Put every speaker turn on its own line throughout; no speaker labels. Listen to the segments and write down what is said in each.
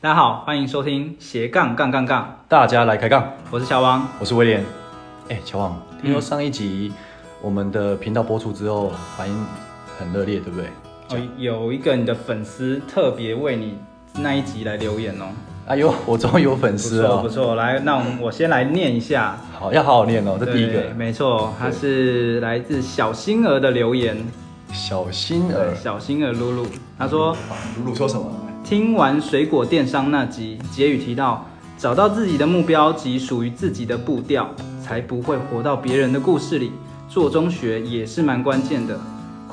大家好，欢迎收听斜杠杠杠杠，
大家来开杠，
我是小王。
我是威廉。哎、乔王，听说上一集我们的频道播出之后，反应很热烈，对不对？
哦，有一个你的粉丝特别为你那一集来留言哦，
哎呦，我终于有粉
不
丝
错不
了，
错。来，那我们我先来念一下，
好，要好好念哦。这第一
对
个，
没错，他是来自小星儿的留言，
小心
对
儿。
小星儿露露，他说
露露说什么？
听完水果电商那集，杰宇提到找到自己的目标及属于自己的步调，才不会活到别人的故事里。做中学也是蛮关键的，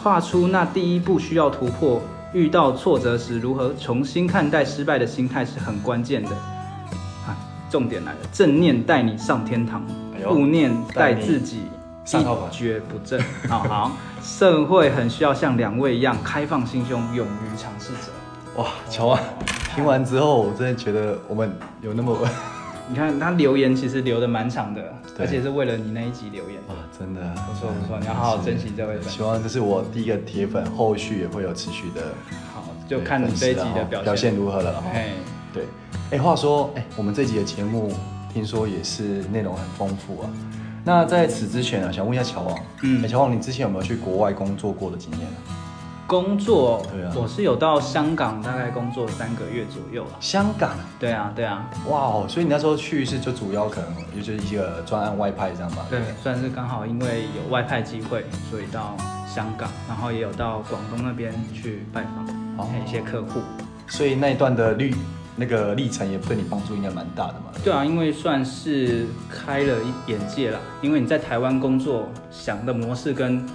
跨出那第一步需要突破。遇到挫折时，如何重新看待失败的心态是很关键的。啊，重点来了，正念带你上天堂，
哎呦
负念带
带你
自己
上套房
一蹶不振。好好，社会很需要像两位一样开放心胸，勇于尝试者。
哇，乔王，听完之后，我真的觉得我们有那么 哇，
你看他留言其实留的蛮长的，
对
而且是为了你那一集留言。
真的
不错不错，你要好好珍惜这位粉丝。
希望这是我第一个铁粉，后续也会有持续的，
好，就看你这一集的
表
表
啊表
现
现。如何了。哦哈。
哎，
对，哎、话说，哎、我们这集的节目听说也是内容很丰富啊。那在此之前啊，想问一下乔王，
嗯
嗯，乔王，你之前有没有去国外工作过的经验啊？
工作
对啊，
我是有到香港，大概工作三个月左右了。
香港，
对啊，对啊，
哇哦，所以你那时候去是就主要可能也就是一个专案外派这样吧？
对，算是刚好因为有外派机会，所以到香港，然后也有到广东那边去拜访
哦
哎一些客户。
所以那一段的历那个历程也对你帮助应该蛮大的嘛。
对啊，因为算是开了一眼界啦。因为你在台湾工作想的模式跟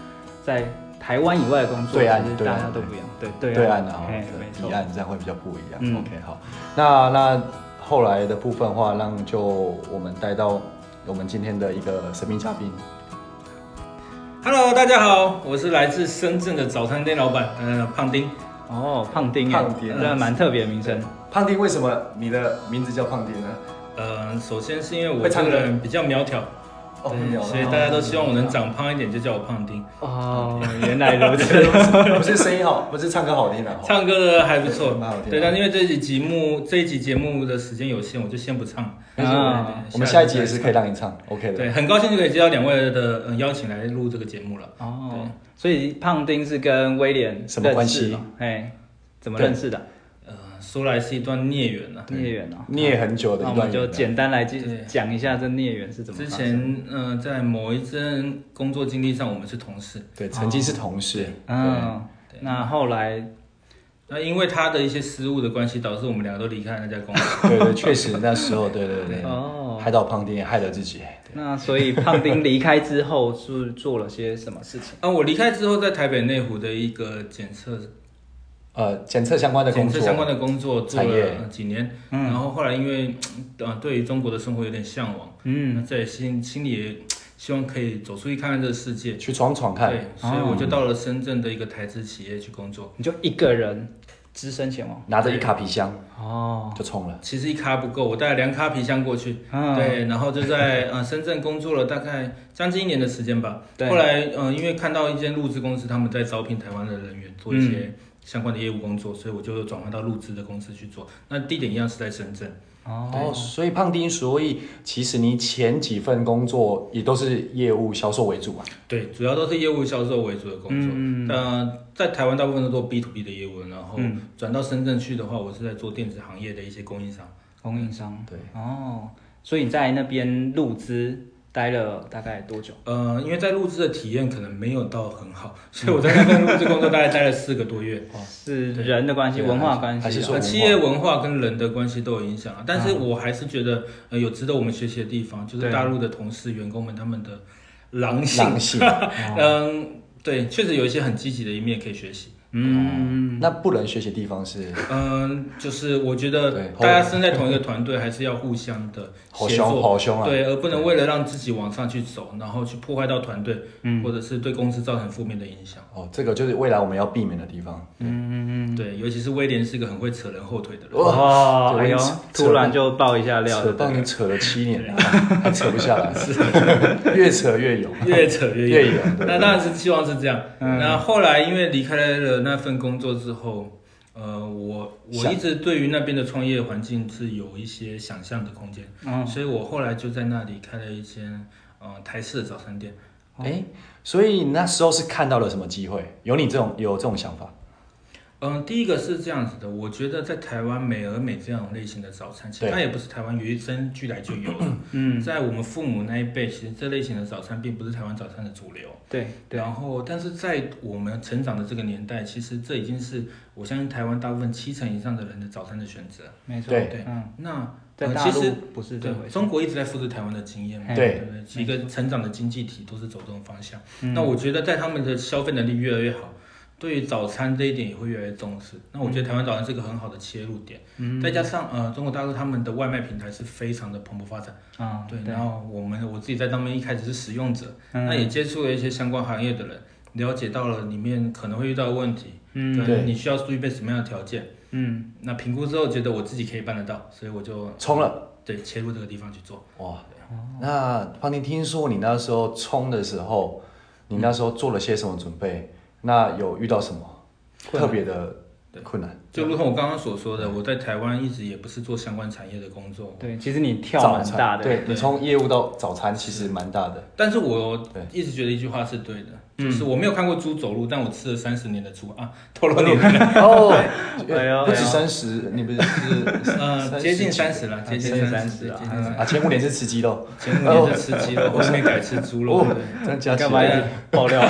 在台湾以外的工作，
对岸
其实
对
大
岸
家都不一样。对对
对
啊
岸，啊，
哎
对
没错
离。岸这样会比较不一样。
嗯
OK，好，那那后来的部分的话，让就我们带到我们今天的一个神秘嘉宾，
Hello，大家好，我是来自深圳的早餐店老板，呃，胖丁。
哦，胖丁耶，
胖丁
真的蛮特别的名称。
胖丁为什么你的名字叫胖丁呢？
呃，首先是因为我
会
这
唱歌
个人比较苗条，
哦，
对
不聊了
所以大家都希望我能长胖一点，就叫我胖丁。
哦，原来如此。
不是声音好，不是唱歌好听的、
唱歌的还不错
蛮好听，的
对，但因为这一集节目这一集节目的时间有限，我就先不唱。
啊
对
我们下一集也
再
是
唱
可以让你唱，OK 的。
对，很高兴就可以接到两位的呃邀请来录这个节目了。
哦，所以胖丁是跟威廉
什么关
认
系
识的？哎，怎么
对
认识的？
呃，说来是一段孽缘啊。
孽缘哦。
孽很久的
那
一
我
段
们
缘
就
分
简单来介
对
讲一下这孽缘是怎么发
之
生。
前，呃，在某一阵工作经历上，我们是同事。
对，曾经是同事，
嗯，那后来
那因为他的一些失误的关系，导致我们两个都离开那家公司。
对对，确实那时候，对对对，
哦
害到胖丁，也害了自己。
那所以胖丁离开之后是做了些什么事情？
啊，我离开之后，在台北内湖的一个检测、
呃，检测相关的
检
工
测
作，
相关的工作做
产业嗯
了几年，然后后来因为啊、呃对于中国的生活有点向往，
嗯，
那在心心里也希望可以走出去看看这个世界，
去闯闯看。哦
对，所以我就到了深圳的一个台资企业去工作。
你就一个人只身前往。
拿着一卡皮箱
哦，
就冲了。
其实一咖不够，我带了两咖皮箱过去，
嗯
对，然后就在呃深圳工作了大概将近一年的时间吧。
对
后来呃因为看到一间录制公司他们在招聘台湾的人员做一些相关的业务工作，所以我就转换到录制的公司去做。那地点一样是在深圳，
哦，所以胖丁，所以其实你前几份工作也都是业务销售为主啊。
对，主要都是业务销售为主的工作。嗯，呃，在台湾大部分都做 B to B 的业务，然后转到深圳去的话，我是在做电子行业的一些供应商。
供应商。
对。
哦，所以你在那边入资待了大概多久？
呃，因为在录制的体验可能没有到很好，所以我在那份录制工作大概待了四个多月。
是人的关系，
对啊
文化关系啊，
还是说
呃
文化
企业文化跟人的关系都有影响啊，但是我还是觉得呃有值得我们学习的地方，就
对
是大陆的同事员工们他们的狼性
狼，哦性。啊
嗯，对，确实有一些很积极的一面可以学习。
嗯，
那不能学习地方是
嗯，就是我觉
对
得大家身在同一个团队，还是要互相的
好
协
凶
作，
好凶啊！
对，而不能为了让自己往上去走，然后去破坏到团队，
嗯
或者是对公司造成负面的影响。
哦，这个就是未来我们要避免的地方。嗯
对，尤其是威廉是一个很会扯人后腿的人。
哦，
对
哎呦
扯，
突然就爆一下料
扯
了，
棒你扯了七 年了， 还扯不下来，越扯越有。
越扯越
越
远
远。对嗯
那当然是希望是这样。那后来因为离开了那份工作之后，呃，我我
想
一直对于那边的创业环境是有一些想象的空间，
嗯，
所以我后来就在那里开了一间呃台式的早餐店。
哦
哎、所以你那时候是看到了什么机会？有你这种有这种想法？
嗯，第一个是这样子的，我觉得在台湾美而美这样类型的早餐，其实
对
它也不是台湾与生俱来就有的。
嗯，
在我们父母那一辈，其实这类型的早餐并不是台湾早餐的主流。
对对，
然后，但是在我们成长的这个年代，其实这已经是我相信台湾大部分七成以上的人的早餐的选择。
没错，
对
嗯，
那
在
呃
大
其实
陆不是这回
对
事。
中国一直在复制台湾的经验嘛，
嘿
对
不对？几个成长的经济体都是走这种方向。
嗯
那我觉得在他们的消费能力越来越好，对于早餐这一点也会越来越重视。那我觉得台湾早餐是一个很好的切入点，
嗯
再加上呃中国大陆他们的外卖平台是非常的蓬勃发展，
啊，
对。然后我们我自己在当面一开始是使用者，
嗯
那也接触了一些相关行业的人，了解到了里面可能会遇到的问题，
嗯
对
跟你需要具备什么样的条件。
嗯，
那评估之后觉得我自己可以办得到，所以我就
冲了
对切入这个地方去做。
哇！
哦
那方婷，听说你那时候冲的时候，你那时候做了些什么准备？那有遇到什么特别的困难？
就如同我刚刚所说的，我在台湾一直也不是做相关产业的工作，
对，其实你跳蛮大的，
对你从业务到早餐其实蛮 大的。
但是我
对
一直觉得一句话是对的，
嗯
就是我没有看过猪走路，但我吃了三十年的猪啊，透露年龄了，
哦
哎呦，嗯
不止
哎呦
三十，你不是 是
呃，接近三十了，接近
接近
三十
30了
了，接近三
啊？前五年是吃鸡肉，
十，前五年在吃鸡肉，后面改吃猪 肉，对啊不对
这样加起
干嘛要
来，
爆料？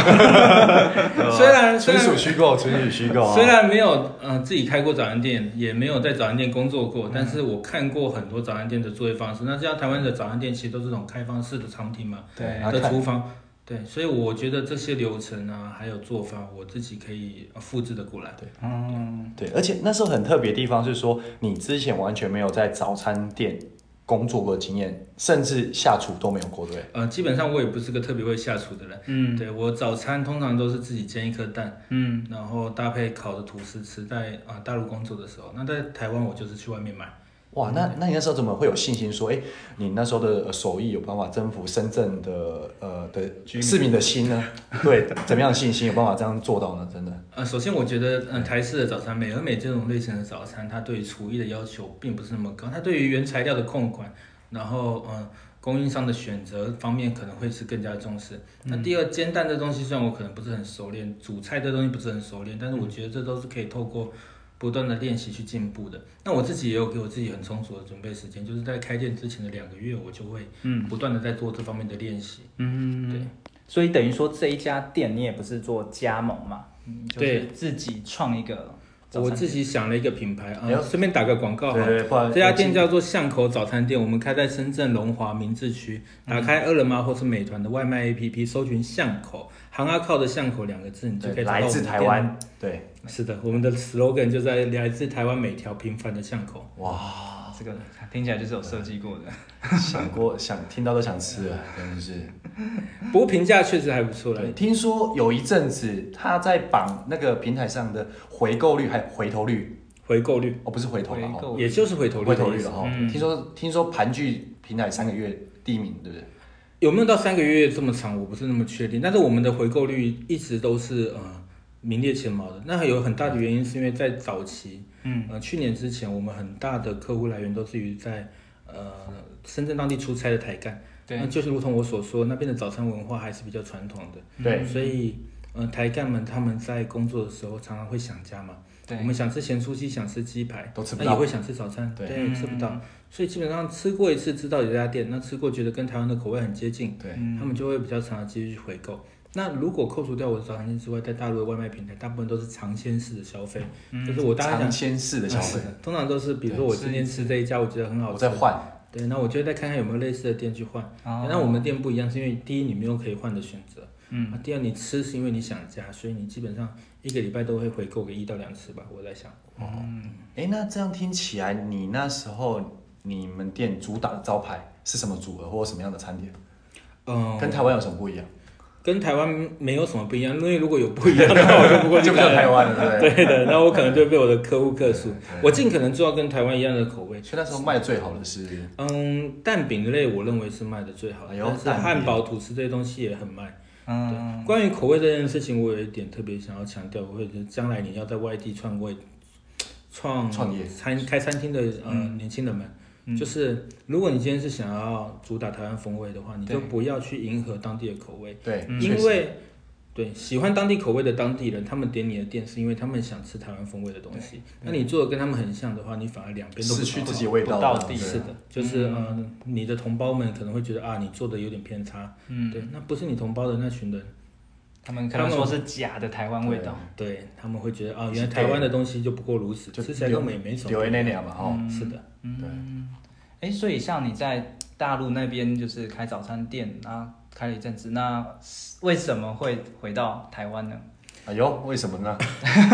虽然虽
纯
然
属虚构，纯属虚构啊！
虽然没有呃自己开过早餐店，也没有在早餐店工作过，但是我看过很多早餐店的作业方式。那像台湾的早餐店其实都是这种开放式的餐厅嘛，
对
啊
的
看
厨房，对，所以我觉得这些流程啊，还有做法，我自己可以呃复制的过来。
嗯，
对，而且那时候很特别的地方是说，你之前完全没有在早餐店工作过的经验，甚至下厨都没有过，对不对？
呃，基本上我也不是个特别会下厨的人，
嗯
对我早餐通常都是自己煎一颗蛋，
嗯，
然后搭配烤的吐司吃。在啊、大陆工作的时候，那在台湾我就是去外面买。
哇，那
嗯
那你那时候怎么会有信心说，哎，你那时候的呃手艺有办法征服深圳的呃的市民的心呢？对，怎么样的信心有办法这样做到呢？真的，
呃，首先我觉得，嗯、台式的早餐，美而美这种类型的早餐，它对于厨艺的要求并不是那么高，它对于原材料的控管，然后嗯、呃供应商的选择方面可能会是更加重视。
嗯
那第二，煎蛋这东西虽然我可能不是很熟练，煮菜这东西不是很熟练，但是
嗯
我觉得这都是可以透过不断的练习去进步的。那我自己也有给我自己很充足的准备时间，就是在开店之前的两个月，我就会不断的在做这方面的练习。
嗯，
对。
所以等于说这一家店你也不是做加盟嘛，嗯就是自己创一个早餐店，
我自己想了一个品牌啊
哎，呦
顺便打个广告哈
对，对，不然
这家店叫做巷口早餐店，我们开在深圳龙华明治区。
嗯
打开饿了么或是美团的外卖 APP，搜寻“巷口”，行啊靠的“巷口”两个字，你就可
对
以找到
来
我们
自
店
台。湾，对，
是的，我们的 slogan 就在来自台湾每条平凡的巷 口。
哇，
啊这个听起来就是有设计过的，
想过想听到都想吃了，真的是。
不过评价确实还不错嘞
对，。听说有一阵子他在榜那个平台上的回购率还回头率，
回购率，
哦，不是回头了
回
哈，
购
也就是回头率
回
的意思。
头率了哈。
嗯
听说听说盘踞平台三个月第一名，对不对？
有没有到三个月这么长，我不是那么确定。但是我们的回购率一直都是呃名列前茅的。那有很大的原因是因为在早期，
嗯，
呃，去年之前，我们很大的客户来源都是于在呃深圳当地出差的台干。
对
那就是如同我所说，那边的早餐文化还是比较传统的，
对
所以呃台干们他们在工作的时候常常会想家嘛。
对
我们想吃咸酥鸡，想吃鸡排，
都吃不
那
到
也会想吃早餐，
对
嗯
吃不到。所以基本上吃过一次，知道有这家店，那吃过觉得跟台湾的口味很接近，
对，
嗯
他们就会比较常的继续去回购。那如果扣除掉我的早餐店之外，在大陆的外卖平台，大部分都是尝鲜式的消费，
嗯
就是我大概
尝
想嗯
鲜式的消费，
通常都是比如说我今天吃这一家，我觉得嗯很好
我
吃，
再换，
对，那我就会再看看有没有类似的店去换。
哦
那我们店不一样，是因为第一你没有可以换的选择，
嗯
啊，第二你吃是因为你想家，所以你基本上一个礼拜都会回购个一到两次吧，我在想。
哎，那这样听起来，你那时候你们店主打的招牌是什么组合或者什么样的餐点？
嗯，
跟台湾有什么不一样？
跟台湾没有什么不一样，因为如果有不一样的话，我就不过 去
就不叫
看
台
了。
湾了，对不
对的，那我可能就被我的客户客诉
对对，
我尽可能做到跟台湾一样的口味
对？。所以那时候卖的最好的是，
嗯，蛋饼类我认为是卖的最好的，
哎呦
但是
蛋饼
汉堡、吐司这些东西也很卖。
嗯
对，关于口味这件事情，我有一点特别想要强调，我会觉得将来你要在外地创味，创
创业嗯
餐开餐厅的呃、年轻人们，就是如果你今天是想要主打台湾风味的话，你就
对
不要去迎合当地的口味，
对，
嗯
确
因
实
为对喜欢当地口味的当地人，他们点你的店是因为他们想吃台湾风味的东西。那你做的跟他们很像的话，你反而两边都不
失去
讨
自
好
己味道
不
了嗯
到地
对
是的，就是呃，你的同胞们可能会觉得啊，你做的有点偏差，
嗯，
对，那不是你同胞的那群人，
他们可能说是假的台湾味道，
对他们会觉得啊，原来台湾的东西就不过如此，
就
吃起来
留
根本也没什
留
么。
在那啊俩嘛哦哈。
是的，
嗯，哎，所以像你在大陆那边就是开早餐店啊，开了一阵子，那为什么会回到台湾呢？
哎呦，为什么呢？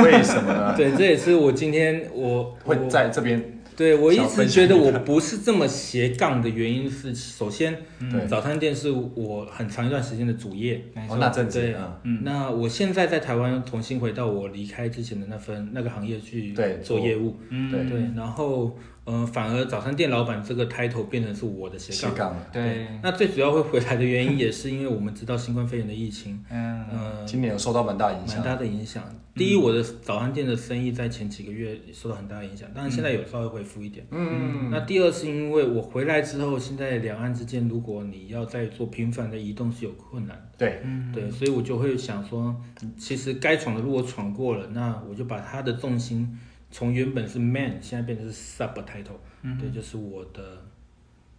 为什么呢？
对，这也是我今天我
嗯 会
我
在这边
对我一
想
直
分享
觉得我不是这么斜杠的原因是，首先
嗯对
早餐店是我很长一段时间的主业，
没
哦
错，
那阵子
对
嗯，
嗯
那我现在在台湾重新回到我离开之前的那份那个行业去
对
做业务，
嗯，
对
对，然后呃，反而早餐店老板这个 title 变成是我的斜
斜
杠。
杠了。
对，
那最主要会回来的原因，也是因为我们知道新冠肺炎的疫情，
嗯
呃，
今年有受到蛮大影
蛮
响，嗯
大的影响。第一，我的早餐店的生意在前几个月受到很大的影响，但是现在有稍微恢复一点。
嗯，
那第二是因为我回来之后，现在两岸之间，如果你要再做频繁的移动是有困难的。
对，
嗯
对，所以我就会想说，其实该闯的路我闯过了，那我就把它的重心从原本是 man，现在变成是 sub title，、对，就是我的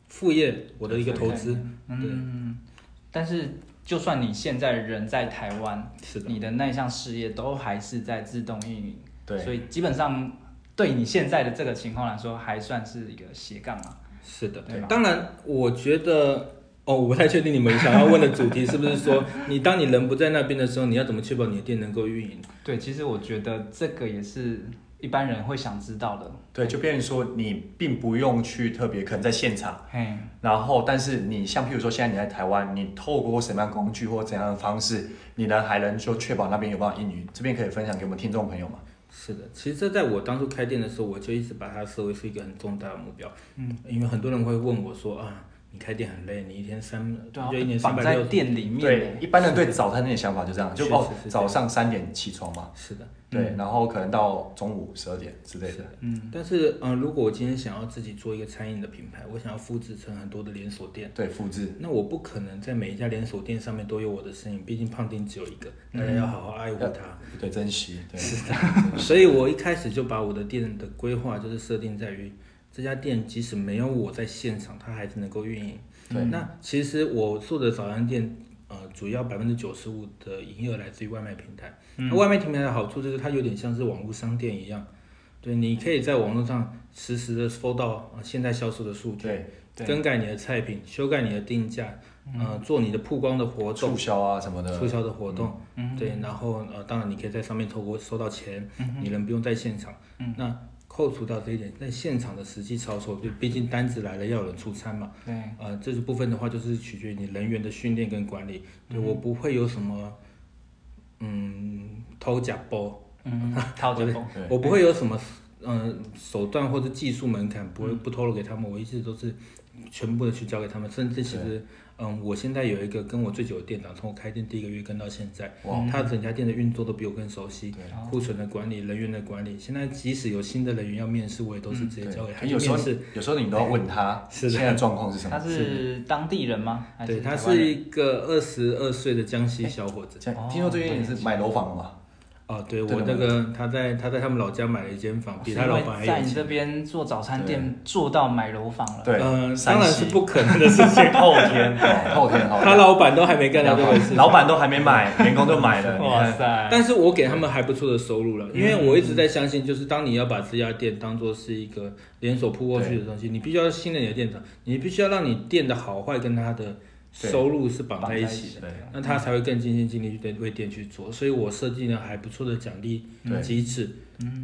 副业，我的一个投资，
嗯，但是就算你现在人在台湾，
是的，
你的那项事业都还是在自动运营，
对，
所以基本上对你现在的这个情况来说，还算是一个斜杠嘛。
是的
对吧。
当然，我觉得。哦，我不太确定你们想要问的主题是不是说，你当你人不在那边的时候，你要怎么确保你的店能够运营？
对，其实我觉得这个也是一般人会想知道的。
对，就变成说你并不用去特别可能在现场。
嘿，
然后，但是你像譬如说，现在你在台湾，你透过什么样的工具或怎样的方式，你呢还能就确保那边有办法应允？这边可以分享给我们听众朋友吗？
是的，其实这在我当初开店的时候，我就一直把它视为是一个很重大的目标。嗯，因为很多人会问我说啊，你开店很累，你一天三，
对啊
就一，年三
绑
百
在
六。
店里面。
对，，一般人对早餐店的想法就这样，就是哦
是是
早上三点起床嘛，
是的，
对，然后可能到中午十二点之类
是
的
的，嗯。但是，嗯、如果我今天想要自己做一个餐饮的品牌，我想要复制成很多的连锁店，
对，复制，
那我不可能在每一家连锁店上面都有我的身影，毕竟胖丁只有一个，大家要好好爱护
嗯
它。
呃对，珍惜，对，
所以我一开始就把我的店的规划就是设定在于，这家店即使没有我在现场，它还是能够运营。
对
那其实我做的早餐店，呃，主要百分之九十五的营业额来自于外卖平台。那外卖平台的好处就是它有点像是网络商店一样，对，你可以在网络上实时的搜到、呃、现在销售的数据，
对，
更改你的菜品，修改你的定价，呃，做你的曝光的活动
促。销啊什么的，
促销的活动，对，然后呃，当然你可以在上面透过收到钱，你人不用在现场，那扣除到这一点，在现场的实际操作，就毕竟单子来了要有人出餐嘛，
对，
呃，这是部分的话就是取决于你人员的训练跟管理，对我不会有什么，嗯，偷假包，
嗯，套着风。
对
我不会有什么嗯、手段或者技术门槛，不会不透露给他们，我一直都是全部的去交给他们，甚至其实嗯，我现在有一个跟我最久的店长，从我开店第一个月跟到现在，他整家店的运作都比我更熟悉，库存的管理、人员的管理，现在即使有新的人员要面试，我也都是直接交给他
嗯对，
去
有时候
面试。
有时候你都要问他
是的
现在的状况哎是什
他
么，
是当地人吗？还
对，
台
他
湾
是
人
一个二十二岁的江西小伙子。
现在听说最近也是买楼房了嘛，
哦，对
真
我
的
那个他在他在他们老家买了一间房，比他老板还
在
有
你
钱。
这边做早餐店做到买楼房了。
对，呃
嗯，
山
当然
西
是不可能的事情。
后天，哦后天，后天
他老板都还没干到这回事。
老板都还没 买，员工就买了。你
哇
看，
塞！
但是我给他们还不错的收入了，
嗯
因为我一直在相信，就是当你要把这家店当做是一个连锁铺过去的东西，你必须要信任你的店长，你必须要让你店的好坏跟他的
对
收入是绑
绑
在
在
一
一
起
起
的，
对
那他才会更尽心尽力去为店去做。所以我设计了还不错的奖励
对
机制，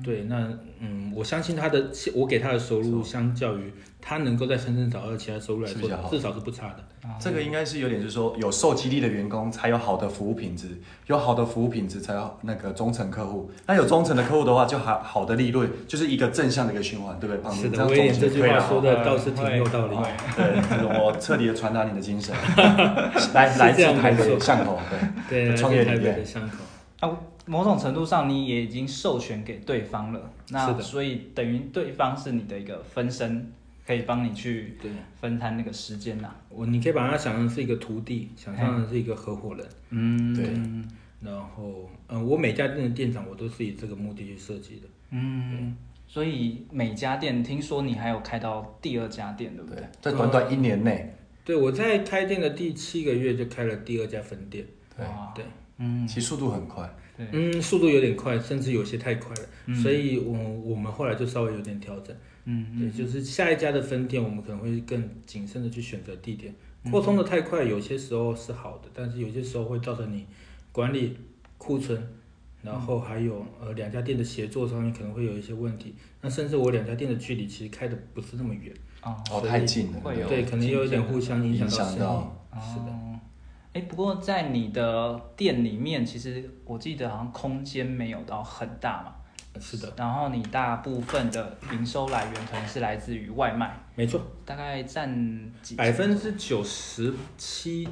对，那嗯，我相信他的，我给他的收入相较于他能够在深圳找到的其他收入来
是比
说
较好，
至少是不差的。
这个应该是有点，就是说有受激励的员工才有好的服务品质，有好的服务品质才有那个忠诚客户。那有忠诚的客户的话，就好好的利润，就是一个正向的一个循环，对不对？胖子
是
这
的，
样
威廉
总
这
结
句
对
话
了哦
说的倒是挺有道理的。
对，我彻底的传达你的精神，来来自
这样
台北
没错
巷口，
对，
创业理
台北
念
的巷口。
啊，某种程度上你也已经授权给对方了，
是
那
的
所以等于对方是你的一个分身，可以帮你去
对
分摊那个时间呐、
我你可以把它想成是一个徒弟，想象成是一个合伙人。
嗯，
对
然后，嗯，我每家店的店长我都是以这个目的去设计的。
嗯，所以每家店听说你还有开到第二家店，对不对？
对，在短短一年内，
对，我在开店的第七个月就开了第二家分店。
对，
哇
对，
嗯，
其实速度很快。
对，
嗯，速度有点快，甚至有些太快了，
嗯
所以我我们后来就稍微有点调整。
嗯
对，就是下一家的分店，我们可能会更谨慎的去选择地点。
嗯
扩充的太快，有些时候是好的，但是有些时候会造成你管理库存，然后还有呃两家店的协作上面可能会有一些问题。那甚至我两家店的距离其实开的不是那么远，
哦，
哦，
所以
太近了，
会有
对，可能有一点互相影
影
响
响
生意。
到。
是的，
的。哎，不过在你的店里面，其实我记得好像空间没有到很大嘛。
是的，
然后你大部分的营收来源可能是来自于外卖，
没错，
大概占几
百分之九十七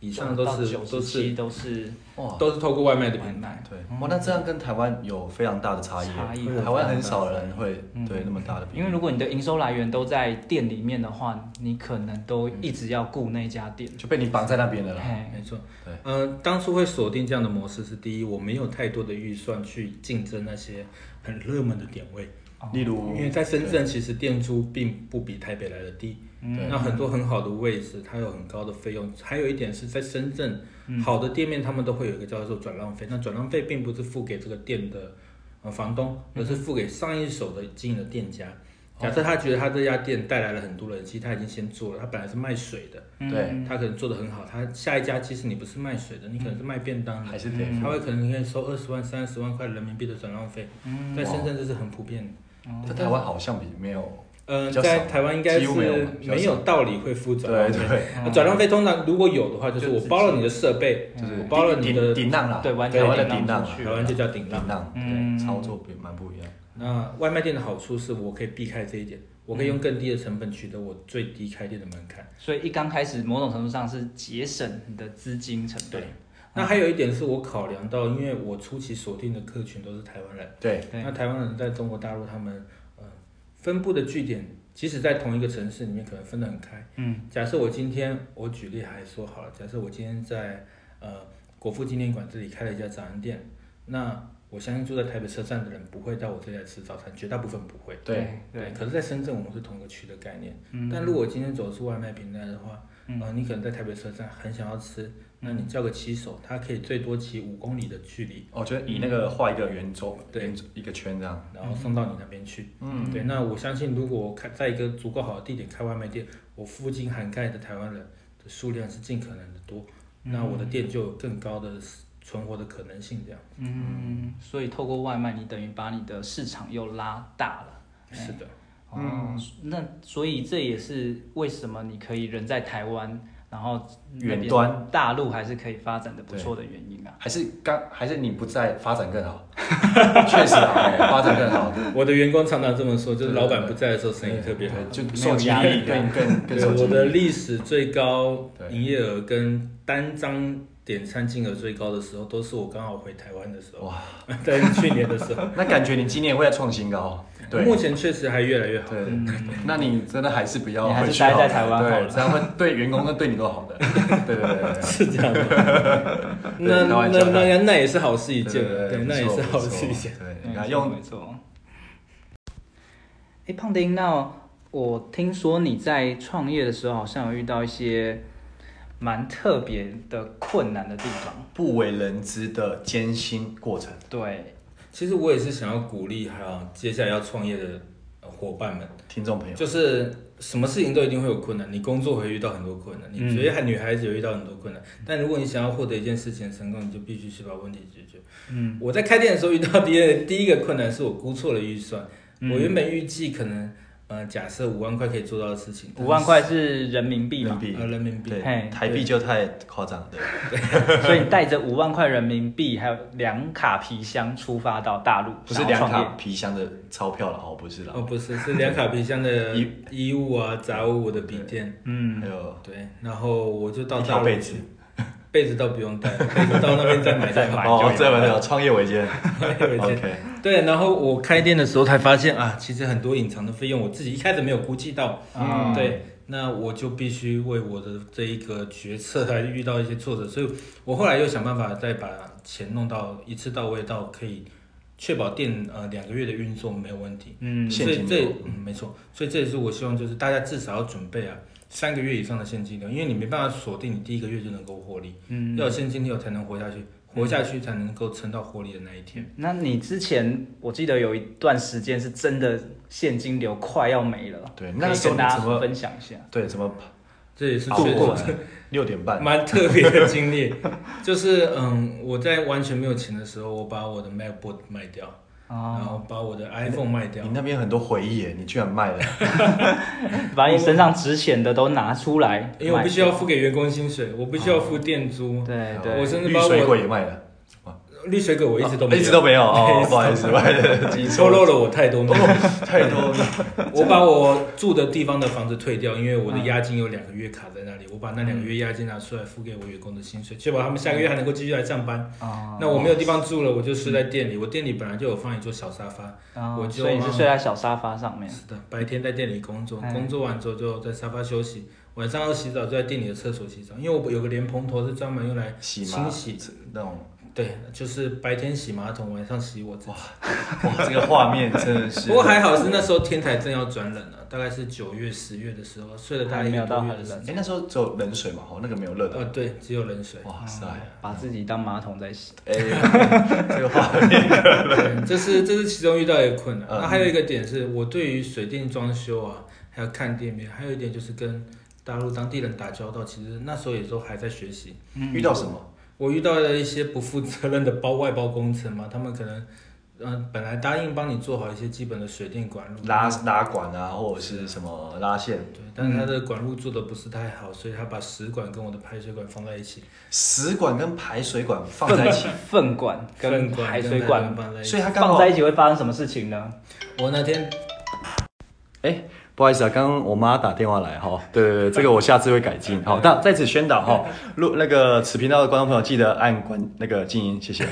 以上都是
九
都
十七
是
都是
哇，
都是透过外卖的
外
平台。
卖。
对，哇，那这样跟台湾有非常大的差异。
差异
台湾很少人会
嗯
对那么大的比例
因为如果你的营收来源都在店里面的话，你可能都一直要顾那家店。
就被你绑在那边了啦。
嘿，
没错，
对
嗯、当初会锁定这样的模式是第一，我没有太多的预算去竞争那些很热门的点位，
哦
例如
因，为在深圳其实店租并不比台北来的低，
嗯
对
那很多很好的位置，它有很高的费用，还有一点是在深圳，好的店面他们都会有一个叫做转让费，那转让费并不是付给这个店的呃房东，而是付给上一手的经营的店家。假设他觉得他这家店带来了很多人气，他已经先做了，他本来是卖水的，
对
他可能做的很好，他下一家即使你不是卖水的，你可能是卖便当
嗯
的
还，是得
他会可能可以收二十万、三十万块人民币的转让费，
嗯
在深
哦
圳这是很普遍的。
在台湾好像比没有，
嗯、
比较少
在台湾应该
几
是
乎没有比较少
没有道理会付转
对
让费。
对，
那转让费通常如果有的话，就是
就
我
自己
包了你的设备，
就是
我包了你的
顶顶浪啦，
对完全
台湾的
顶
顶
浪
浪
出
啦，
去
台湾就叫顶让
顶。浪，
嗯
对，操作比蛮不一样。
那外卖店的好处是我可以避开这一点，我
嗯
可以用更低的成本取得我最低开店的门槛。
所以一刚开始，某种程度上是节省你的资金成本
对。
嗯
那还有一点是我考量到，因为我初期锁定的客群都是台湾人。
对，
对
那台湾人在中国大陆，他们呃分布的据点，即使在同一个城市里面，可能分得很开。
嗯，
假设我今天我举例还说好了，假设我今天在呃国父纪念馆这里开了一家早餐店，那我相信住在台北车站的人不会到我这里来吃早餐，绝大部分不会。
对
对，
可是，在深圳我们是同一个区的概念。但如果今天走的是外卖平台的话，
嗯
呃，你可能在台北车站很想要吃，那你叫个骑手，他可以最多骑五公里的距离，
我觉得以那个画一个圆周，
嗯对
圆一个圈这样，
然后送到你那边去。
嗯，
对，那我相信，如果我开在一个足够好的地点开外卖店，我附近涵盖的台湾人的数量是尽可能的多，那我的
嗯
店就有更高的存活的可能性。这样
嗯，所以透过外卖，你等于把你的市场又拉大了。
哎
是的，
嗯
哦，那所以这也是为什么你可以人在台湾，然后那边
远端
大陆还是可以发展的不错的原因啊。
还是刚还是你不在，发展更好， 确实啊，哎发展更好，
我的员工常常这么说，就是
对对
老板不在的时候生意
对
特别好。
对就
没有
受激
压力
励更 更更
对，
受激
我的
励。
历史最高
对
营业额跟单张点餐金额最高的时候，都是我刚好回台湾的时候，
哇，
在去年的时候。
那感觉你今年会再创新 高，哦对，
目前确嗯实还越来越好。
对，那你真的还是不要
你还是
回去好了
待在台湾好了
对，这样会对员工跟对你都 好的。对对对对对
是这样的，那
对开
那
玩笑的
那那也是好事一
对，
件，
对
那也是好事一。嗯
不错
件。
不错
没
对，你看
错
用
嗯没错。哎，胖丁，那我听说你在创业的时候，好像有遇到一些蛮特别的困难的地方。
不为人知的艰辛过程。
对，
其实我也是想要鼓励还有接下来要创业的呃伙伴们，
听众朋友，
就是什么事情都一定会有困难，你工作会遇到很多困难，你觉得女孩子也遇到很多困难，但如果你想要获得一件事情的成功，你就必须去把问题解决。
嗯，
我在开店的时候遇到第一第一个困难是我估错了预算，我原本预计可能呃假设五万块可以做到的事情，
五万块是人民币嘛，
呃人民币，
嘿
对，台币就太夸张了。对
所以你带着五万块人民币，还有两卡皮箱出发到大陆，
不是
想要
两
创业
卡皮箱的钞票了哦，不是啦
哦，，不是，是两卡皮箱的
衣
衣物啊、杂物我的笔电，
嗯
还有
对，然后我就到
一
大
条
陆
被
去
子，
被子倒不用带，被子到那边再买
再买
好
哦，这门有创业维艰
对对
，OK，
对，然后我开店的时候才发现啊，其实很多隐藏的费用我自己一开始没有估计到，
嗯
对，那我就必须为我的这一个决策还遇到一些挫折，所以我后来又想办法再把钱弄到一次到位到可以确保店呃两个月的运作没有问题，
嗯
现
所以
金
这
流
嗯没错，所以这也是我希望就是大家至少要准备啊三个月以上的现金流，因为你没办法锁定你第一个月就能够获利，
嗯，
要有现金流才能活下去，活下去才能够撑到获利的那一天。
那你之前我记得有一段时间是真的现金流快要没了，
对
可以
那时候
跟大
你怎么
家分享一下。
对，怎么
这也是
熬
确
啊过
实
来？六点半，
蛮 特别的经历，就是嗯，我在完全没有钱的时候，我把我的 MacBook 卖掉，
啊
然
哦，
后把我的 iPhone 卖掉
你，那边很多回忆耶，你居然卖了，
把你身上值钱的都拿出来，
因为我必须要付给员工薪水，我必
啊
须要付店租
买。。对哎对，
我甚至
绿
把
哦水
我
果也卖了，
绿水果我一直都没有，
一直都没有， 哦，不好意思，卖了
你
记
透
错
露
了，
了我 太多秘密。
太多了，
我把我住的地方的房子退掉，因为我的押金有两个月卡在那
嗯
里，我把那两个月押金拿出来付给我员工的薪水，确保他们下个月还能够继续来上班。
哦
那我没有地方住了，我就
嗯
睡在店里。我店里本来就有放一座小沙发，
哦
我就
所以你是睡在小沙发上面，
是的，白天在店里工作，
哎
工作完之后就在沙发休息，晚上要洗澡就在店里的厕所洗澡，因为我有个莲蓬头是专门用来
洗
清
嘛
洗，
那种，
对，就是白天洗马桶，晚上洗我自己。
哇，这个画面真的是，
不过还好是那时候天台正要转冷了，大概是九月十月的时候，睡了大概
还
一
没有
个
到
多月
很
的时
冷
间。
哎，那时候只有冷水嘛，哦，那个没有热的，
呃，对，只有冷水。
哇塞，
把自己当马桶在洗。
哎，这个画面，
对这是这是其中遇到一个困难。
嗯
那还有一个点是我对于水电装修啊，还有看店面，还有一点就是跟大陆当地人打交道，其实那时候也都还在学习。
遇到什么？
我遇到了一些不负责任的包外包工程嘛，他们可能，嗯、本来答应帮你做好一些基本的水电管路，
拉拉管啊，或者是什么拉线，
对，但是他的管路做的不是太好，所以他把食管跟我的排水管放在一起，
食管跟排水管放在一
粪
起，
粪管
粪
跟
管
排水
跟
管
排放在一起。
所以它刚好
放在一起会发生什么事情呢？
我那天
哎，不好意思啊，刚刚我妈打电话来哈、对对对，这个我下次会改进。好，但在此宣导哈，录、那个此频道的观众朋友记得按关那个静音，谢 谢。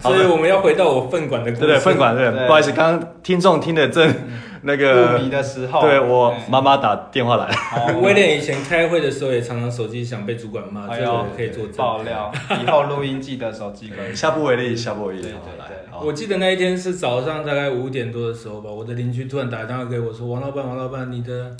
所以我们要回到我粪管的故
对
事。
对，分管对，
对
不好意思，刚刚听众听得正那个
入迷的时候
对我妈妈打电话来，
哦 威廉以前开会的时候也常常手机响被主管骂，
哎
这个
呦
我可以作证。
爆料，以后录音记得手机关机。
下不为例，下不为例。
对
好
对
来
对
好
我记得那一天是早上大概五点多的时候吧，我的邻居突然打电话给我说：“王老板，王老板，你的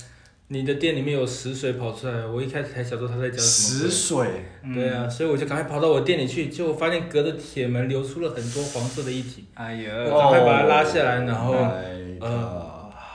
你的店里面有死水跑出来。”我一开始还想说他在讲什
食
么
水，
鬼，对
嗯
啊，所以我就赶快跑到我店里去，结果发现隔着铁门流出了很多黄色的液体，
哎
我
呦，
赶快把它拉下
哎
来，然后
哎
My
呃
God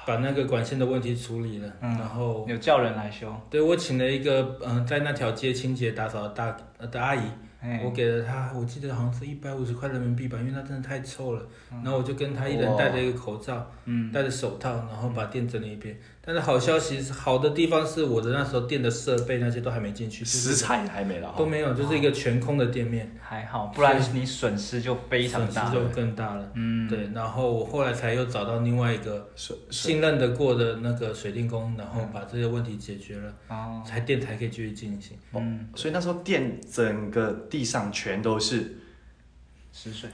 把那个管线的问题处理了，
嗯
然后
有叫人来修。
对我请了一个嗯、呃在那条街清洁打扫的大呃的阿姨，
哎
我给了他，我记得好像是一百五十块人民币吧，因为那真的太臭了。然后我就跟他一人戴着一个口罩，
嗯，
戴着手套，然后把店整理一遍。但是好消息是，好的地方是我的那时候店的设备那些都还没进去，就是
食材还没了哈
都，没有，就是一个全空的店面，
还好，不然你损失就非常
损
大
失。就更大了。
嗯，
对，然后我后来才又找到另外一个
水水
信任的过的那个水电工，然后把这些问题解决了，
哦，
才店才可以继续进行。
嗯，
所以那时候店整个地上全都是，
失水，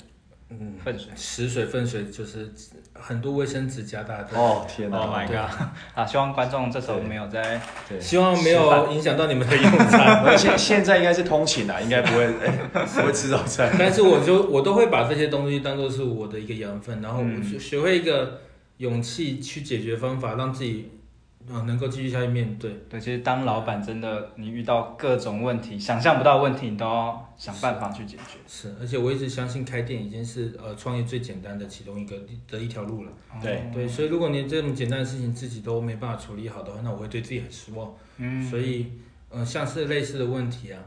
嗯，
粪水。
食水粪水就是很多卫生纸加大的。
哦天哪
Oh my god！啊，希望观众这时候没有在
对。
希望没有影响到你们的用 餐。
而现现在应该是通勤啦，应该不会， 哎，不会吃早餐。
但是我就我都会把这些东西当做是我的一个养分，然后我去学会一个勇气去解决方法，让自己呃能够继续下去面对。
对，其实当老板真的，你遇到各种问题，想象不到的问题，你都要想办法去解决。
是，而且我一直相信开店已经是呃创业最简单的其中一个的一条路了。
对
嗯
对，所以如果连这么简单的事情自己都没办法处理好的话，那我会对自己很失望。
嗯，
所以呃，像是类似的问题啊，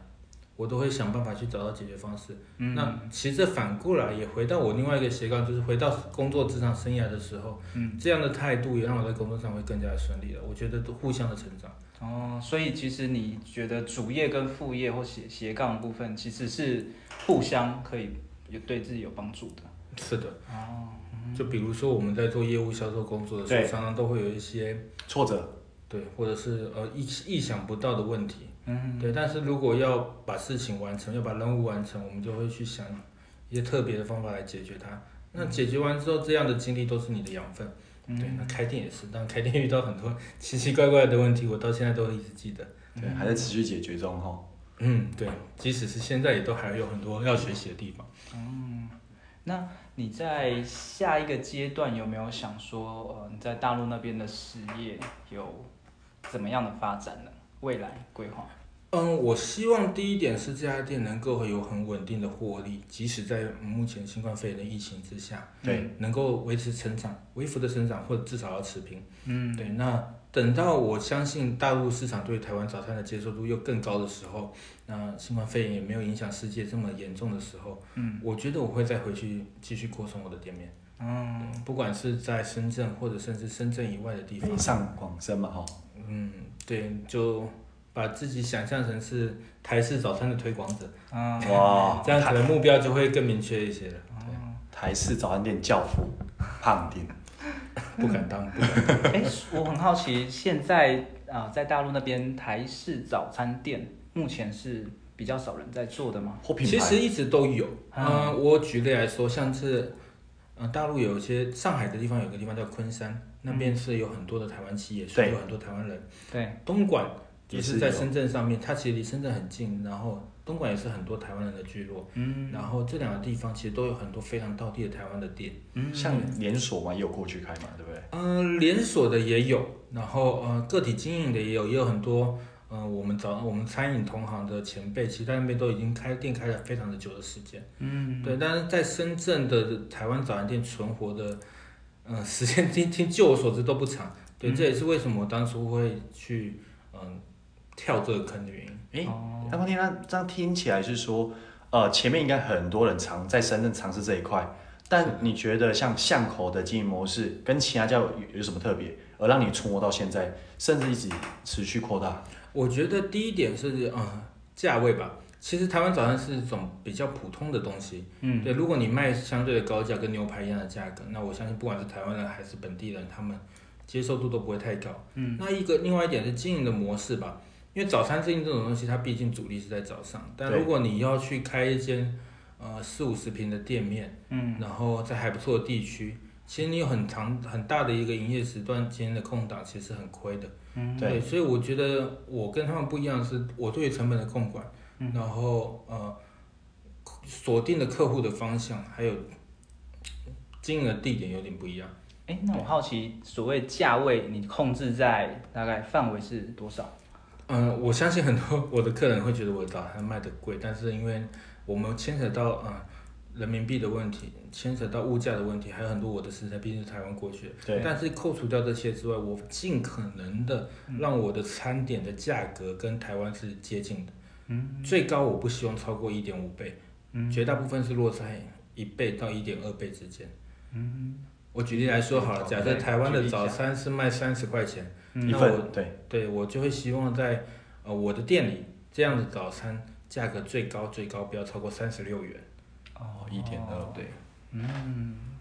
我都会想办法去找到解决方式。
嗯，
那其实这反过来也回到我另外一个斜杠，就是回到工作职场生涯的时候，
嗯，
这样的态度也让我在工作上会更加顺利了。我觉得都互相的成长，
哦，所以其实你觉得主业跟副业或斜斜杠的部分，其实是互相可以有对自己有帮助的。
是的。
哦嗯
就比如说我们在做业务销售工作的时候，
对
常常都会有一些
挫折，
对，或者是呃意意想不到的问题，
嗯，
对，但是如果要把事情完成，要把任务完成，我们就会去想一些特别的方法来解决它。那解决完之后，这样的经历都是你的养分。对，那开店也是，但开店遇到很多 奇奇怪怪的问题，我到现在都一直记得。
对，还在持续解决中哈。
嗯，对，即使是现在，也都还有很多要学习的地方。
那你在下一个阶段有没有想说，呃，你在大陆那边的事业有怎么样的发展呢？未来规划？
嗯，我希望第一点是这家店能够有很稳定的获利，即使在目前新冠肺炎的疫情之下，
对，
能够维持成长，微幅的成长，或者至少要持平。
嗯，
对，那等到我相信大陆市场对台湾早餐的接受度又更高的时候，那新冠肺炎也没有影响世界这么严重的时候，嗯，我觉得我会再回去继续扩充我的店面，
嗯，
对不管是在深圳或者甚至深圳以外的地方
北，上广深嘛哈。
嗯，对，就把自己想象成是台式早餐的推广者，
嗯，
哇，
这样可能目标就会更明确一些了。
台式早餐店教父，胖丁。
对，不敢当，不
哎、我很好奇，现在啊、呃在大陆那边台式早餐店目前是比较少人在做的吗？
或品
其
牌。啊
实一直都有。嗯、我举例来说，像是，呃，大陆有一些上海的地方有个地方叫昆山，那边是有很多的台湾企业，所以
对
有很多台湾人。
对，
东莞也
也是
是在
有
深圳上面，它其实离深圳很近，然后东莞也是很多台湾人的聚落。嗯，然后这两个地方其实都有很多非常道地的台湾的店。
嗯
像连锁嘛，也有过去开嘛，对不对？
嗯、连锁的也有，然后呃个体经营的也有，也有很多。嗯、我们找我们餐饮同行的前辈，其实在那边都已经开店开了非常的久的时间。嗯，对。但是在深圳的台湾早餐店存活的， 嗯、时间听听就我所知都不长。对，这也是为什么我当初会去嗯、跳这个坑的原因。
诶，
哦
那光听他这样听起来是说，呃，前面应该很多人尝在深圳尝试这一块，但你觉得像巷口的经营模式跟其他家有有什么特别，而让你存活到现在，甚至一直持续扩大？
我觉得第一点是嗯、价位吧。其实台湾早餐是一种比较普通的东西，嗯，对。如果你卖相对的高价，跟牛排一样的价格，那我相信不管是台湾人还是本地人，他们接受度都不会太高。嗯，那一个另外一点是经营的模式吧，因为早餐经营这种东西，它毕竟主力是在早上，但
对
如果你要去开一间呃四五十平的店面，嗯，然后在还不错的地区，其实你有很长很大的一个营业时段间的空档，其实很亏的。
对，
对，所以我觉得我跟他们不一样，是我对于成本的控管，然后呃，锁定的客户的方向，还有经营的地点有点不一样。
哎、那我好奇，所谓价位，你控制在大概范围是多少？
嗯、我相信很多 我的客人会觉得我的早餐卖的贵，但是因为我们牵扯到嗯、呃人民币的问题，牵扯到物价的问题，还有很多我的食材毕竟是台湾过去的，
对
但是扣除掉这些之外，我尽可能的让我的餐点的价格跟台湾是接近的。嗯，最高我不希望超过一点五倍，嗯，绝大部分是落在一倍到一点二倍之间。嗯，我举例来说好了，假设台湾的早餐是卖三十块钱，
嗯
一
那我
份对，
对我就会希望在呃我的店里这样的早餐价格最高最高不要超过三十六元。
哦，一点二，对，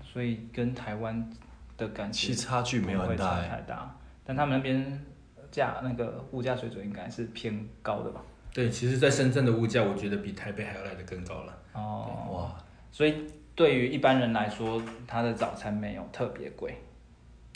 所以跟台湾的感觉
其实差距没有
不会
很大
差
哎。
太大，但他们那边价那个物价水准应该是偏高的吧？
对，其实，在深圳的物价，我觉得比台北还要来得更高了。
哦，
哇，
所以对于一般人来说，他的早餐没有特别贵，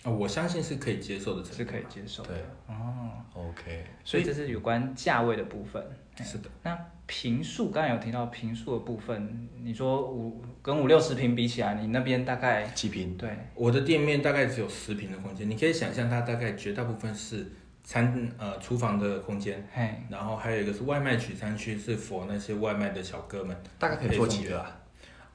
啊，我相信是可以接受的程度。
是可以接受的。
对
哦，
，OK，
所以这是有关价位的部分。
是的，
那平数刚才有提到平数的部分，你说五跟五六十平比起来，你那边大概
几瓶
对
我的店面大概只有十平的空间，你可以想象它大概绝大部分是餐呃厨房的空间，
嘿
然后还有一个是外卖取餐区，是否那些外卖的小哥们。
大概可以做几个啊？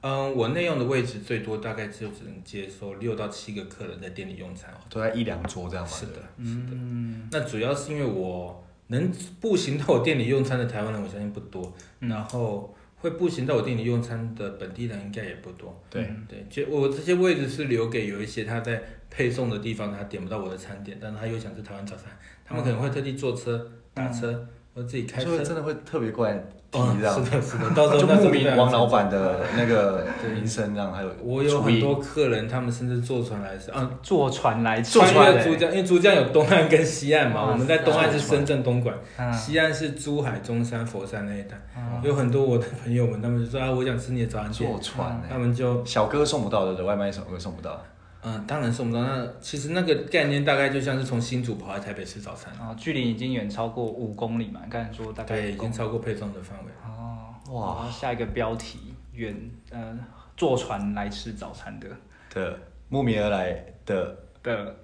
嗯，我内用的位置最多大概就只能接受六到七个客人在店里用餐。
都在一两桌这样嘛？
是的
对，
嗯
是的。那主要是因为我能步行到我店里用餐的台湾人，我相信不多。然后会步行到我店里用餐的本地人应该也不多。
对
对，就我这些位置是留给有一些他在配送
嗯
的地方，他点不到我的餐点，但是他又想吃台湾早餐，他们可能会特地坐车、打车，我自己开
所以
车。
真的会特别过来提
哦，
这样
是，的，是的，到时候
就
到时
慕
候
名
再来
王老板的那个
对
名声这样，还有
我有
厨
很
艺
多客人，他们甚至坐船来是啊，
坐船来
哎坐
吃
船
穿
来
越珠江，因为珠江有东岸跟西岸嘛，
哇
我们在东岸是
坐船
深圳、东莞，
嗯
西岸是珠海、中山、佛山那一带。
嗯
有很多我的朋友们，他们就说啊，我想吃你的早餐店
坐，船欸
他们就
小哥送不到，对不对？外卖小哥送不到，
嗯，当然送不到。那其实那个概念大概就像是从新竹跑来台北吃早餐，
哦，距离已经远超过五公里嘛？刚才说大概
对，
五
已
公
经
里。
超过配送的范围。
哦，
哇
哇！下一个标题，远呃，坐船来吃早餐的
的慕名而来的
的。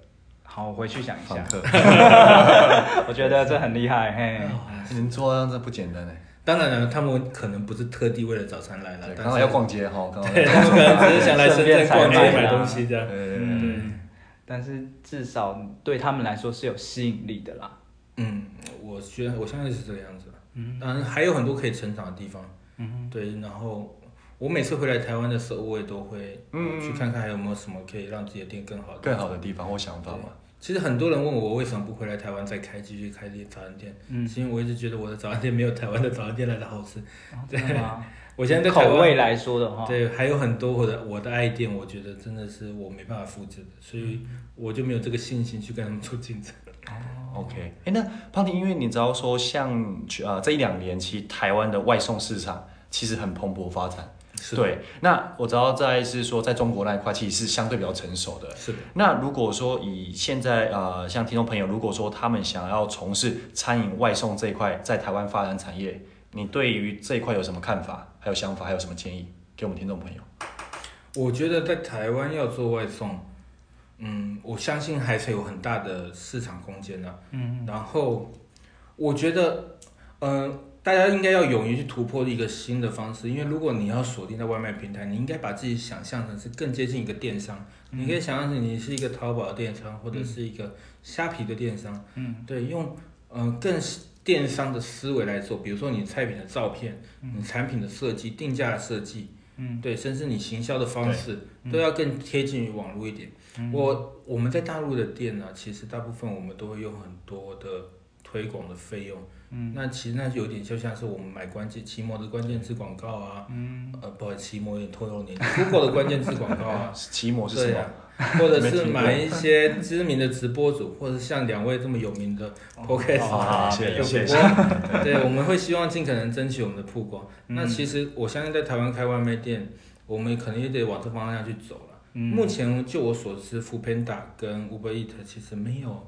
好，我回去想一
访
下，
客，
我觉得这很厉害， 嘿，
能做到这样真不简单哎。
当然了，他们可能不是特地为了早餐来了
对，，
但
刚好
是
要逛街哈，刚好
对， 他们可能只是想来深圳逛街买东西这样。
呃，
嗯，但是至少对他们来说是有吸引力的啦，
嗯，我觉得我现在是这个样子。嗯，当然还有很多可以成长的地方。嗯，对。然后我每次回来台湾的时候，我也都会嗯去看看还有没有什么可以让自己的店更好的。
更好的地方或想法嘛，
其实很多人问我为什么不回来台湾再开继续开店早餐店，嗯，是因为我一直觉得我的早餐店没有台湾的早餐店来的好吃。
哦真的吗？
我现在在台湾啊
口味来说的话，
对，还有很多我的我的爱店，我觉得真的是我没办法复制的，所以
嗯
我就没有这个信心去跟他们做竞争。
OK，哎，那胖婷，因为你知道说像去呃这一两年，其实台湾的外送市场其实很蓬勃发展。
是的，
对，那我知道在是说在中国那一块其实是相对比较成熟的。
是的，
那如果说以现在呃像听众朋友，如果说他们想要从事餐饮外送这一块，在台湾发展产业，你对于这一块有什么看法？还有想法？还有什么建议给我们听众朋友？，
我觉得在台湾要做外送，嗯，我相信还是有很大的市场空间的、嗯，然后我觉得，嗯、大家应该要勇于去突破一个新的方式，因为如果你要锁定在外卖平台，你应该把自己想象成是更接近一个电商，你可以想象成你是一个淘宝的电商或者是一个虾皮的电商，嗯，对，用嗯、呃更电商的思维来做，比如说你菜品的照片，你产品的设计、定价的设计。嗯，对，甚至你行销的方式都要更贴近于网络一点。我我们在大陆的店呢，其实大部分我们都会用很多的推广的费用。嗯，那其实那有点就像是我们买关键奇摩的关键字广告啊，嗯，呃，不好意思，奇摩有点透露年纪，Google 的关键字广告啊
奇摩是什
对
么？
啊， 或者
没
是
听过
买一些知名的直播主，或者像两位这么有名的 Podcast
啊
啊
谢谢
有
谢
主 播，对，我们会希望尽可能争取我们的曝光。那其实
嗯
我相信在台湾开外卖店，我们可能也得往这方向去走了。
嗯
目前就我所知，Foodpanda 跟 Uber Eat 其实没有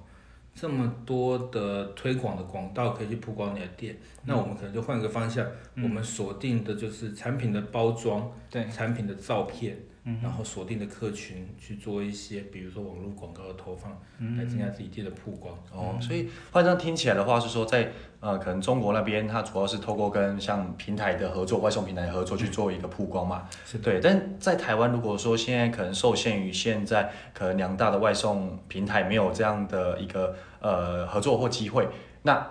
这么多的推广的广告可以去曝光你的店。
嗯
那我们可能就换个方向，我们锁定的就是产品的包装。
对，
产品的照片，然后锁定的客群去做一些，比如说网络广告的投放，来增加自己店的曝光。
哦，所以换这样听起来的话，是说在呃，可能中国那边，它主要是透过跟像平台的合作，外送平台的合作去做一个曝光嘛。
是
对，但在台湾，如果说现在可能受限于现在可能两大的外送平台没有这样的一个呃合作或机会，那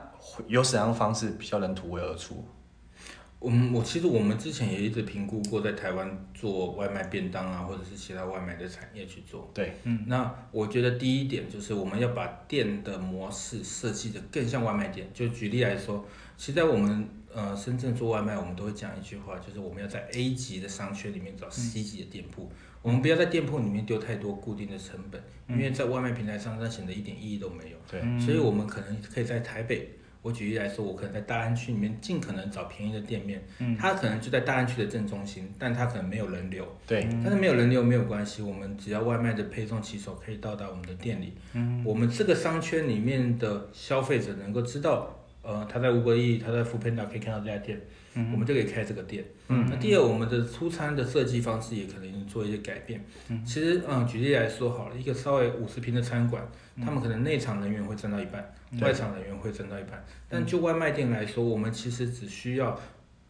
有怎样的方式比较能突围而出？
我们嗯我其实我们之前也一直评估过，在台湾做外卖便当啊，或者是其他外卖的产业去做。
对，
嗯，那我觉得第一点就是我们要把店的模式设计的更像外卖店。就举例来说，其实在我们呃深圳做外卖，我们都会讲一句话，就是我们要在 A 级的商圈里面找 C 级的店铺。我们不要在店铺里面丢太多固定的成本，因为在外卖平台上，它显得一点意义都没有。
对，
所以我们可能可以在台北，我举例来说，我可能在大安区里面尽可能找便宜的店面，它可能就在大安区的正中心，但它可能没有人流，
对，
但是没有人流没有关系，我们只要外卖的配送骑手可以到达我们的店里，我们这个商圈里面的消费者能够知道，呃，他在吴伯义，他在福佩达可以看到这家店，我们就可以开这个店。那第二，我们的出餐的设计方式也可能做一些改变。其实，嗯，举例来说好了，一个稍微五十平的餐馆，他们可能内场人员会占到一半，外场人员会占到一半。但就外卖店来说，我们其实只需要，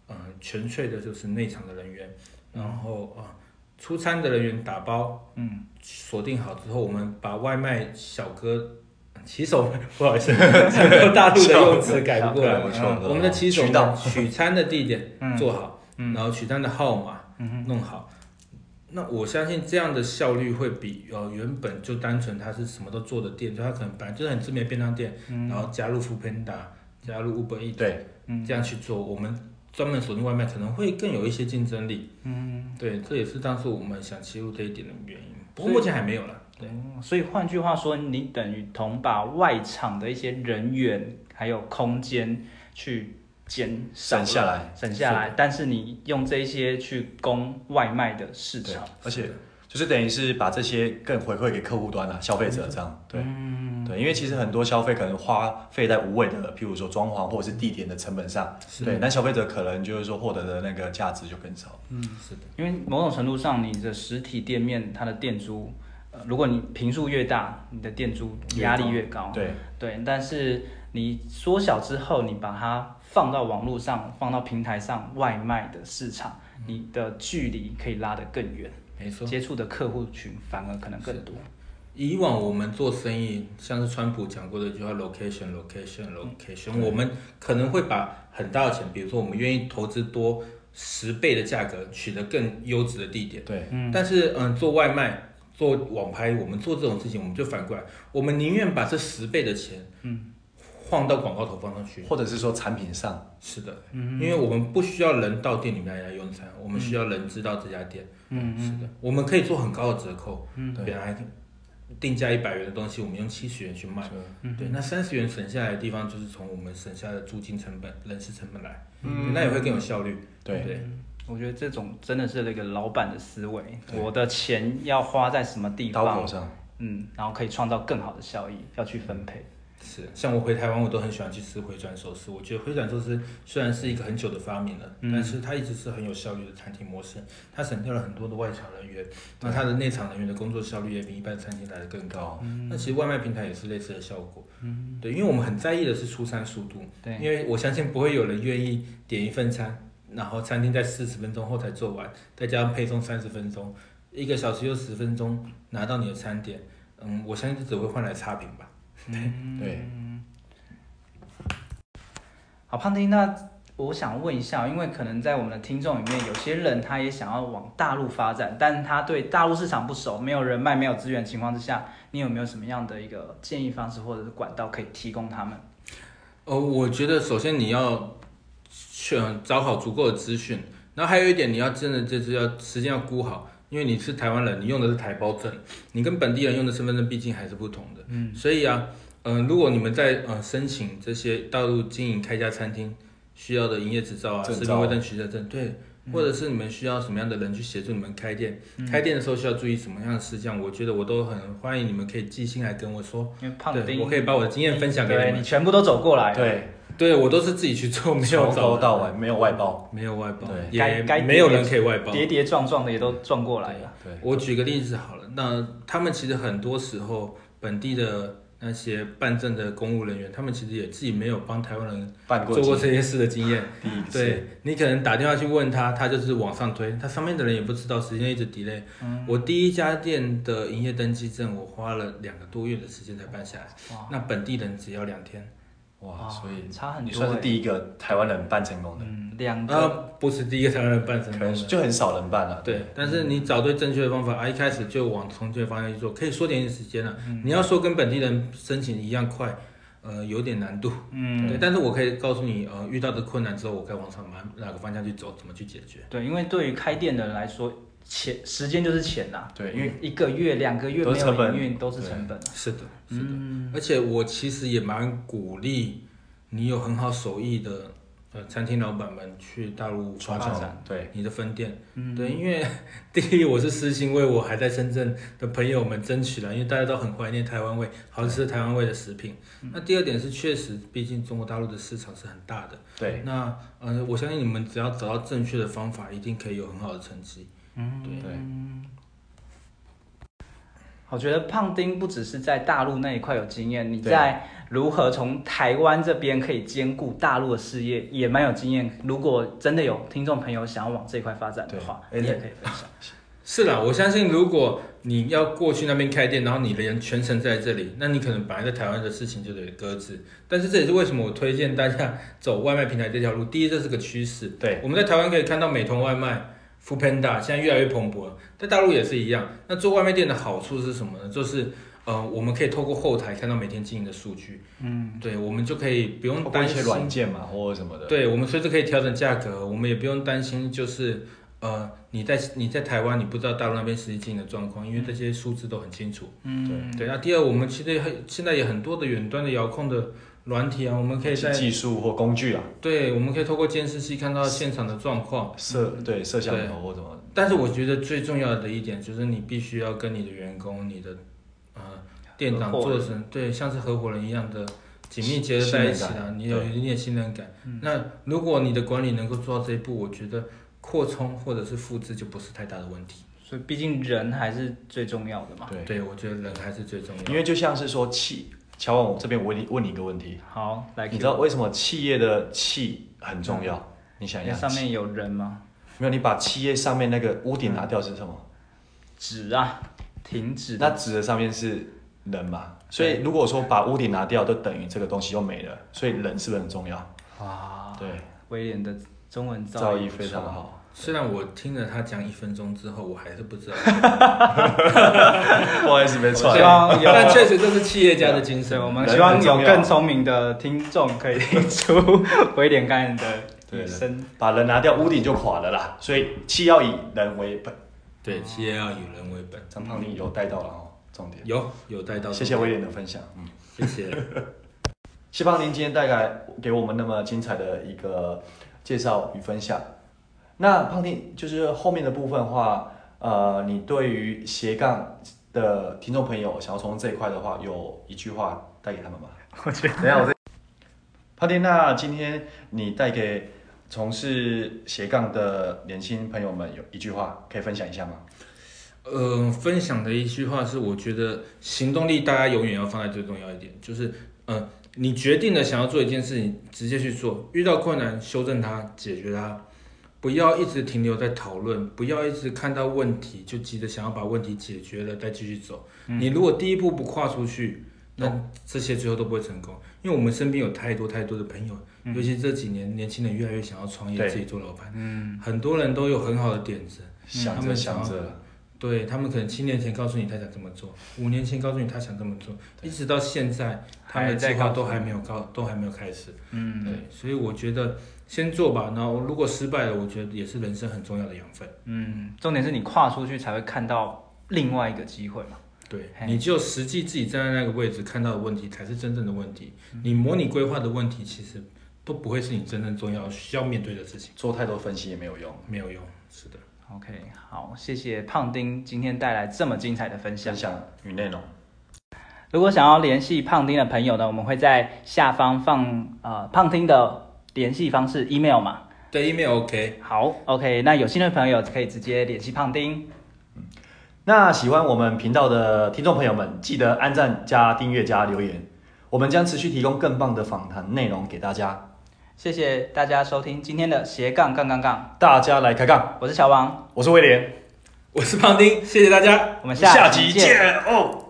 嗯、纯粹的就是内场的人员，然后啊、出餐的人员打包，嗯，锁定好之后，我们把外卖小哥。骑手，不好意 思，整个大陆的用词改不过来。
对不错
嗯我们的嗯骑手
渠道
取餐的地点做好，然后取餐的号码弄好。那我相信这样的效率会比呃原本嗯就单纯它是什么都做的店，就它可能本来就是很知名的便当店，然后加入 f o o p a n d a 加入 Uber Eats，
对，
这样去做，我们专门锁定外卖可能会更有一些竞争力。嗯，对，这也是当时我们想切入这一点的原因。不过目前还没有了。对，
嗯所以换句话说，你等于同把外场的一些人员还有空间去减少
省下来，
省下来，但是你用这些去供外卖的市场。
而且就是等于是把这些更回馈给客户端啊，消费者这样，对，对，因为其实很多消费可能花费在无谓的，譬如说装潢或者是地点的成本上，
是
对，那消费者可能就是说获得的那个价值就更少，
嗯，是的，
因为某种程度上，你的实体店面它的店租，呃，如果你平数越大，你的店租压力越高。
对，
对，但是你缩小之后，你把它放到网络上，放到平台上外卖的市场，你的距离可以拉得更远，
没错。
接触的客户群反而可能更多。
以往我们做生意，像是川普讲过的一句话，location location location，、我们可能会把很大的钱，比如说我们愿意投资多十倍的价格，取得更优质的地点。
对，
但是嗯，做外卖、做网拍，我们做这种事情，我们就反过来，我们宁愿把这十倍的钱，嗯，放到广告投放上去。
或者是说产品上，
是的，因为我们不需要人到店里面来用餐，我们需要人知道这家店。嗯，是的，我们可以做很高的折扣。嗯，本来定价一百元的东西，我们用七十元去卖。嗯，对，那三十元省下来的地方，就是从我们省下的租金成本、人事成本来，嗯，那也会更有效率。
对，
对，
我觉得这种真的是那个老板的思维，我的钱要花在什么地
刀口
方，
上，
嗯，然后可以创造更好的效益，要去分配。
是，像我回台湾，我都很喜欢去吃回转寿司。我觉得回转寿司虽然是一个很久的发明了，但是它一直是很有效率的餐厅模式。它省掉了很多的外场人员，那它的内场人员的工作效率也比一般餐厅来的更高。那其实外卖平台也是类似的效果。哦嗯，对，因为我们很在意的是出餐速度，
对
因为我相信不会有人愿意点一份餐，然后餐厅在四十分钟后才做完，再加上配送三十分钟，一个小时又十分钟拿到你的餐点，嗯，我相信这只会换来差评吧。
对，
好，胖丁，那我想问一下，因为可能在我们的听众里面，有些人他也想要往大陆发展，但是他对大陆市场不熟，没有人脉、没有资源的情况之下，你有没有什么样的一个建议方式或者是管道可以提供他们？
呃，我觉得首先你要选找好足够的资讯，然后还有一点你要真的就是要时间要估好，因为你是台湾人，你用的是台胞证，你跟本地人用的身份证毕竟还是不同的。嗯，所以啊，嗯、如果你们在呃申请这些大陆经营开家餐厅需要的营业执照啊、
证
食
照
品卫生许可证，对。
嗯
或者是你们需要什么样的人去协助你们开店？开店的时候需要注意什么样的事项？我觉得我都很欢迎你们可以寄信来跟我说，
因为胖
对
丁，
我可以把我的经验分享给你
对
们
你。全部都走过来，，
对，
对我都是自己去做，没有
从头
找
到尾没有外包，
没有外包，
对
该
也
该
没有人可以外包。
跌跌撞撞的也都撞过来了。
对，
我举个例子好了，那他们其实很多时候本地的那些办证的公务人员，他们其实也自己没有帮台湾人
办过
做过
几
这些事的经验。
第一次，
对你可能打电话去问他，他就是往上推，他上面的人也不知道，时间一直 delay。我
嗯
第一家店的营业登记证，我花了两个多月的时间才办下来，
哇
那本地人只要两天。
哇，所以
差很多欸
你算是第一个台湾人办成功的，
嗯，两
呃
个，
不是第一个台湾人办成
可
功的
能，就很少人办了，
啊对，但是
嗯
你找对正确的方法啊，一开始就往正确的方向去做，可以缩减一点时间了、啊
嗯
你要说跟本地人申请一样快，呃，有点难度。
嗯，
对，但是我可以告诉你，呃，遇到的困难之后，我该往上哪哪个方向去走，怎么去解决。
对，因为对于开店的人来说，钱时间就是钱呐、
对，因为
一个月、两个月
都
没
是成
有
本
营运都是
对
成本。
是的，是的，
嗯
而且我其实也蛮鼓励你有很好手艺的呃餐厅老板们去大陆
传
发
统
展
对，
你的分店，对，因为 第一我是私心为我还在深圳的朋友们争取了，因为大家都很怀念台湾味，好吃的台湾味的食品。那第二点是，确实，毕竟中国大陆的市场是很大的，
对，
那呃，我相信你们只要找到正确的方法，一定可以有很好的成绩。
嗯
对，
我觉得胖丁不只是在大陆那一块有经验，你
对啊
在如何从台湾这边可以兼顾大陆的事业也蛮有经验。如果真的有听众朋友想要往这一块发展的话，你
对
也
哎
可以分享。
是啦，我相信如果你要过去那边开店，然后你的人全程在这里，那你可能本来在台湾的事情就得搁置。但是这也是为什么我推荐大家走外卖平台这条路。第一，这是个趋势。
对，
我们在台湾可以看到美团外卖、f o o Panda 现在越来越蓬勃了，在大陆也是一样。那做外卖店的好处是什么呢？就是呃，我们可以透过后台看到每天经营的数据，
嗯，
对，我们就可以不
包
用
括一
担
些
心
软件嘛，或者什么的。
对，我们随时可以调整价格，我们也不用担心，就是呃，你在你在台湾，你不知道大陆那边实际经营的状况，因为这些数字都很清楚。
嗯，
对，那啊第二，我们其实很现在有很多的远端的遥控的软体啊，我们可以
一些
在
嗯技术或工具啊，
对，我们可以透过监视器看到现场的状况。
摄对摄像
对
头或什么，
但是我觉得最重要的一点就是，你必须要跟你的员工、你的呃店长
合伙
做
人
成对，像是合伙人一样的紧密结合在一起
信嗯
啊，你有一定的信任感。那如果你的管理能够做到这一步，我觉得扩充或者是复制就不是太大的问题。
所以毕竟人还是最重要的嘛。
对，
对，我觉得人还是最重要的。
因为就像是说气，乔王，我这边问你问你一个问题，
好，来 Q，
嗯你知道为什么企业的气很重要？你想一
那
下，
哎上面有人吗？
没有你把企业上面那个屋顶拿掉是什么？
纸啊，停止
那
的，
指的上面是人嘛？所以如果说把屋顶拿掉，就等于这个东西又没了，所以人是不是很重要？
哇，
对，
威廉的中文
造
啊造
诣
诣
非常好。
虽然我听了他讲一分钟之后，我还是不知道，
不 好意思，没错
希。 望有，
但确实这是企业家的精
对，
神。
我们
人
希望
很重
有
要
更聪明的听众可以听出威廉刚才的
对
一
的
声。
把人拿掉，屋顶就垮了啦。所以气要以人为本。
对，企业要以人为本。
张胖你有带到了哦，重点。
有有带到，
谢谢威，廉的分享。嗯，
谢谢。
谢胖您今天带来给我们那么精彩的一个介绍与分享。那胖丁就是后面的部分的话，呃，你对于斜杠的听众朋友想要从这一块的话，有一句话带给他们吗？
我觉得
等一下我再。 胖丁，那今天你带给从事斜杠的年轻朋友们有一句话可以分享一下吗？
呃，分享的一句话是，我觉得行动力大家永远要放在最重要一点，就是，呃，你决定了想要做一件事情，直接去做，遇到困难修正它，解决它，不要一直停留在讨论，不要一直看到问题就急着想要把问题解决了再继续走。你如果第一步不跨出去，那这些最后都不会成功，因为我们身边有太多太多的朋友，尤其这几年年轻人越来越想要创业，
对
自己做楼盘，
嗯，
很多人都有很好的点子。
想
他
着
们
想
想
着，
对他们可能七年前告诉你他想这么做，五年前告诉你他想这么做，一直到现在，他们的计划都还没有告，都还没有开始。
嗯，
对，所以我觉得先做吧，然后如果失败了，我觉得也是人生很重要的养分。
嗯，重点是你跨出去才会看到另外一个机会嘛。
对
嘿
你只有实际自己站在那个位置看到的问题，才是真正的问题。你模拟规划的问题，其实都不会是你真正重要需要面对的事情，
做太多分析也没有用。
没有用。是的，
OK，好，谢谢胖丁今天带来这么精彩的分享
分。享与内容。
如果想要联系胖丁的朋友呢，我们会在下方放呃胖丁的联系方式 email 嘛。
对，email OK。
好，OK，那有兴趣的朋友可以直接联系胖丁。
那喜欢我们频道的听众朋友们，记得按赞、加订阅、加留言，我们将持续提供更棒的访谈内容给大家，
谢谢大家收听今天的斜杠杠杠杠，
大家来开杠。
我是小王，
我是威廉，
我是胖丁，谢谢大家。
我们
下
集
集见哦。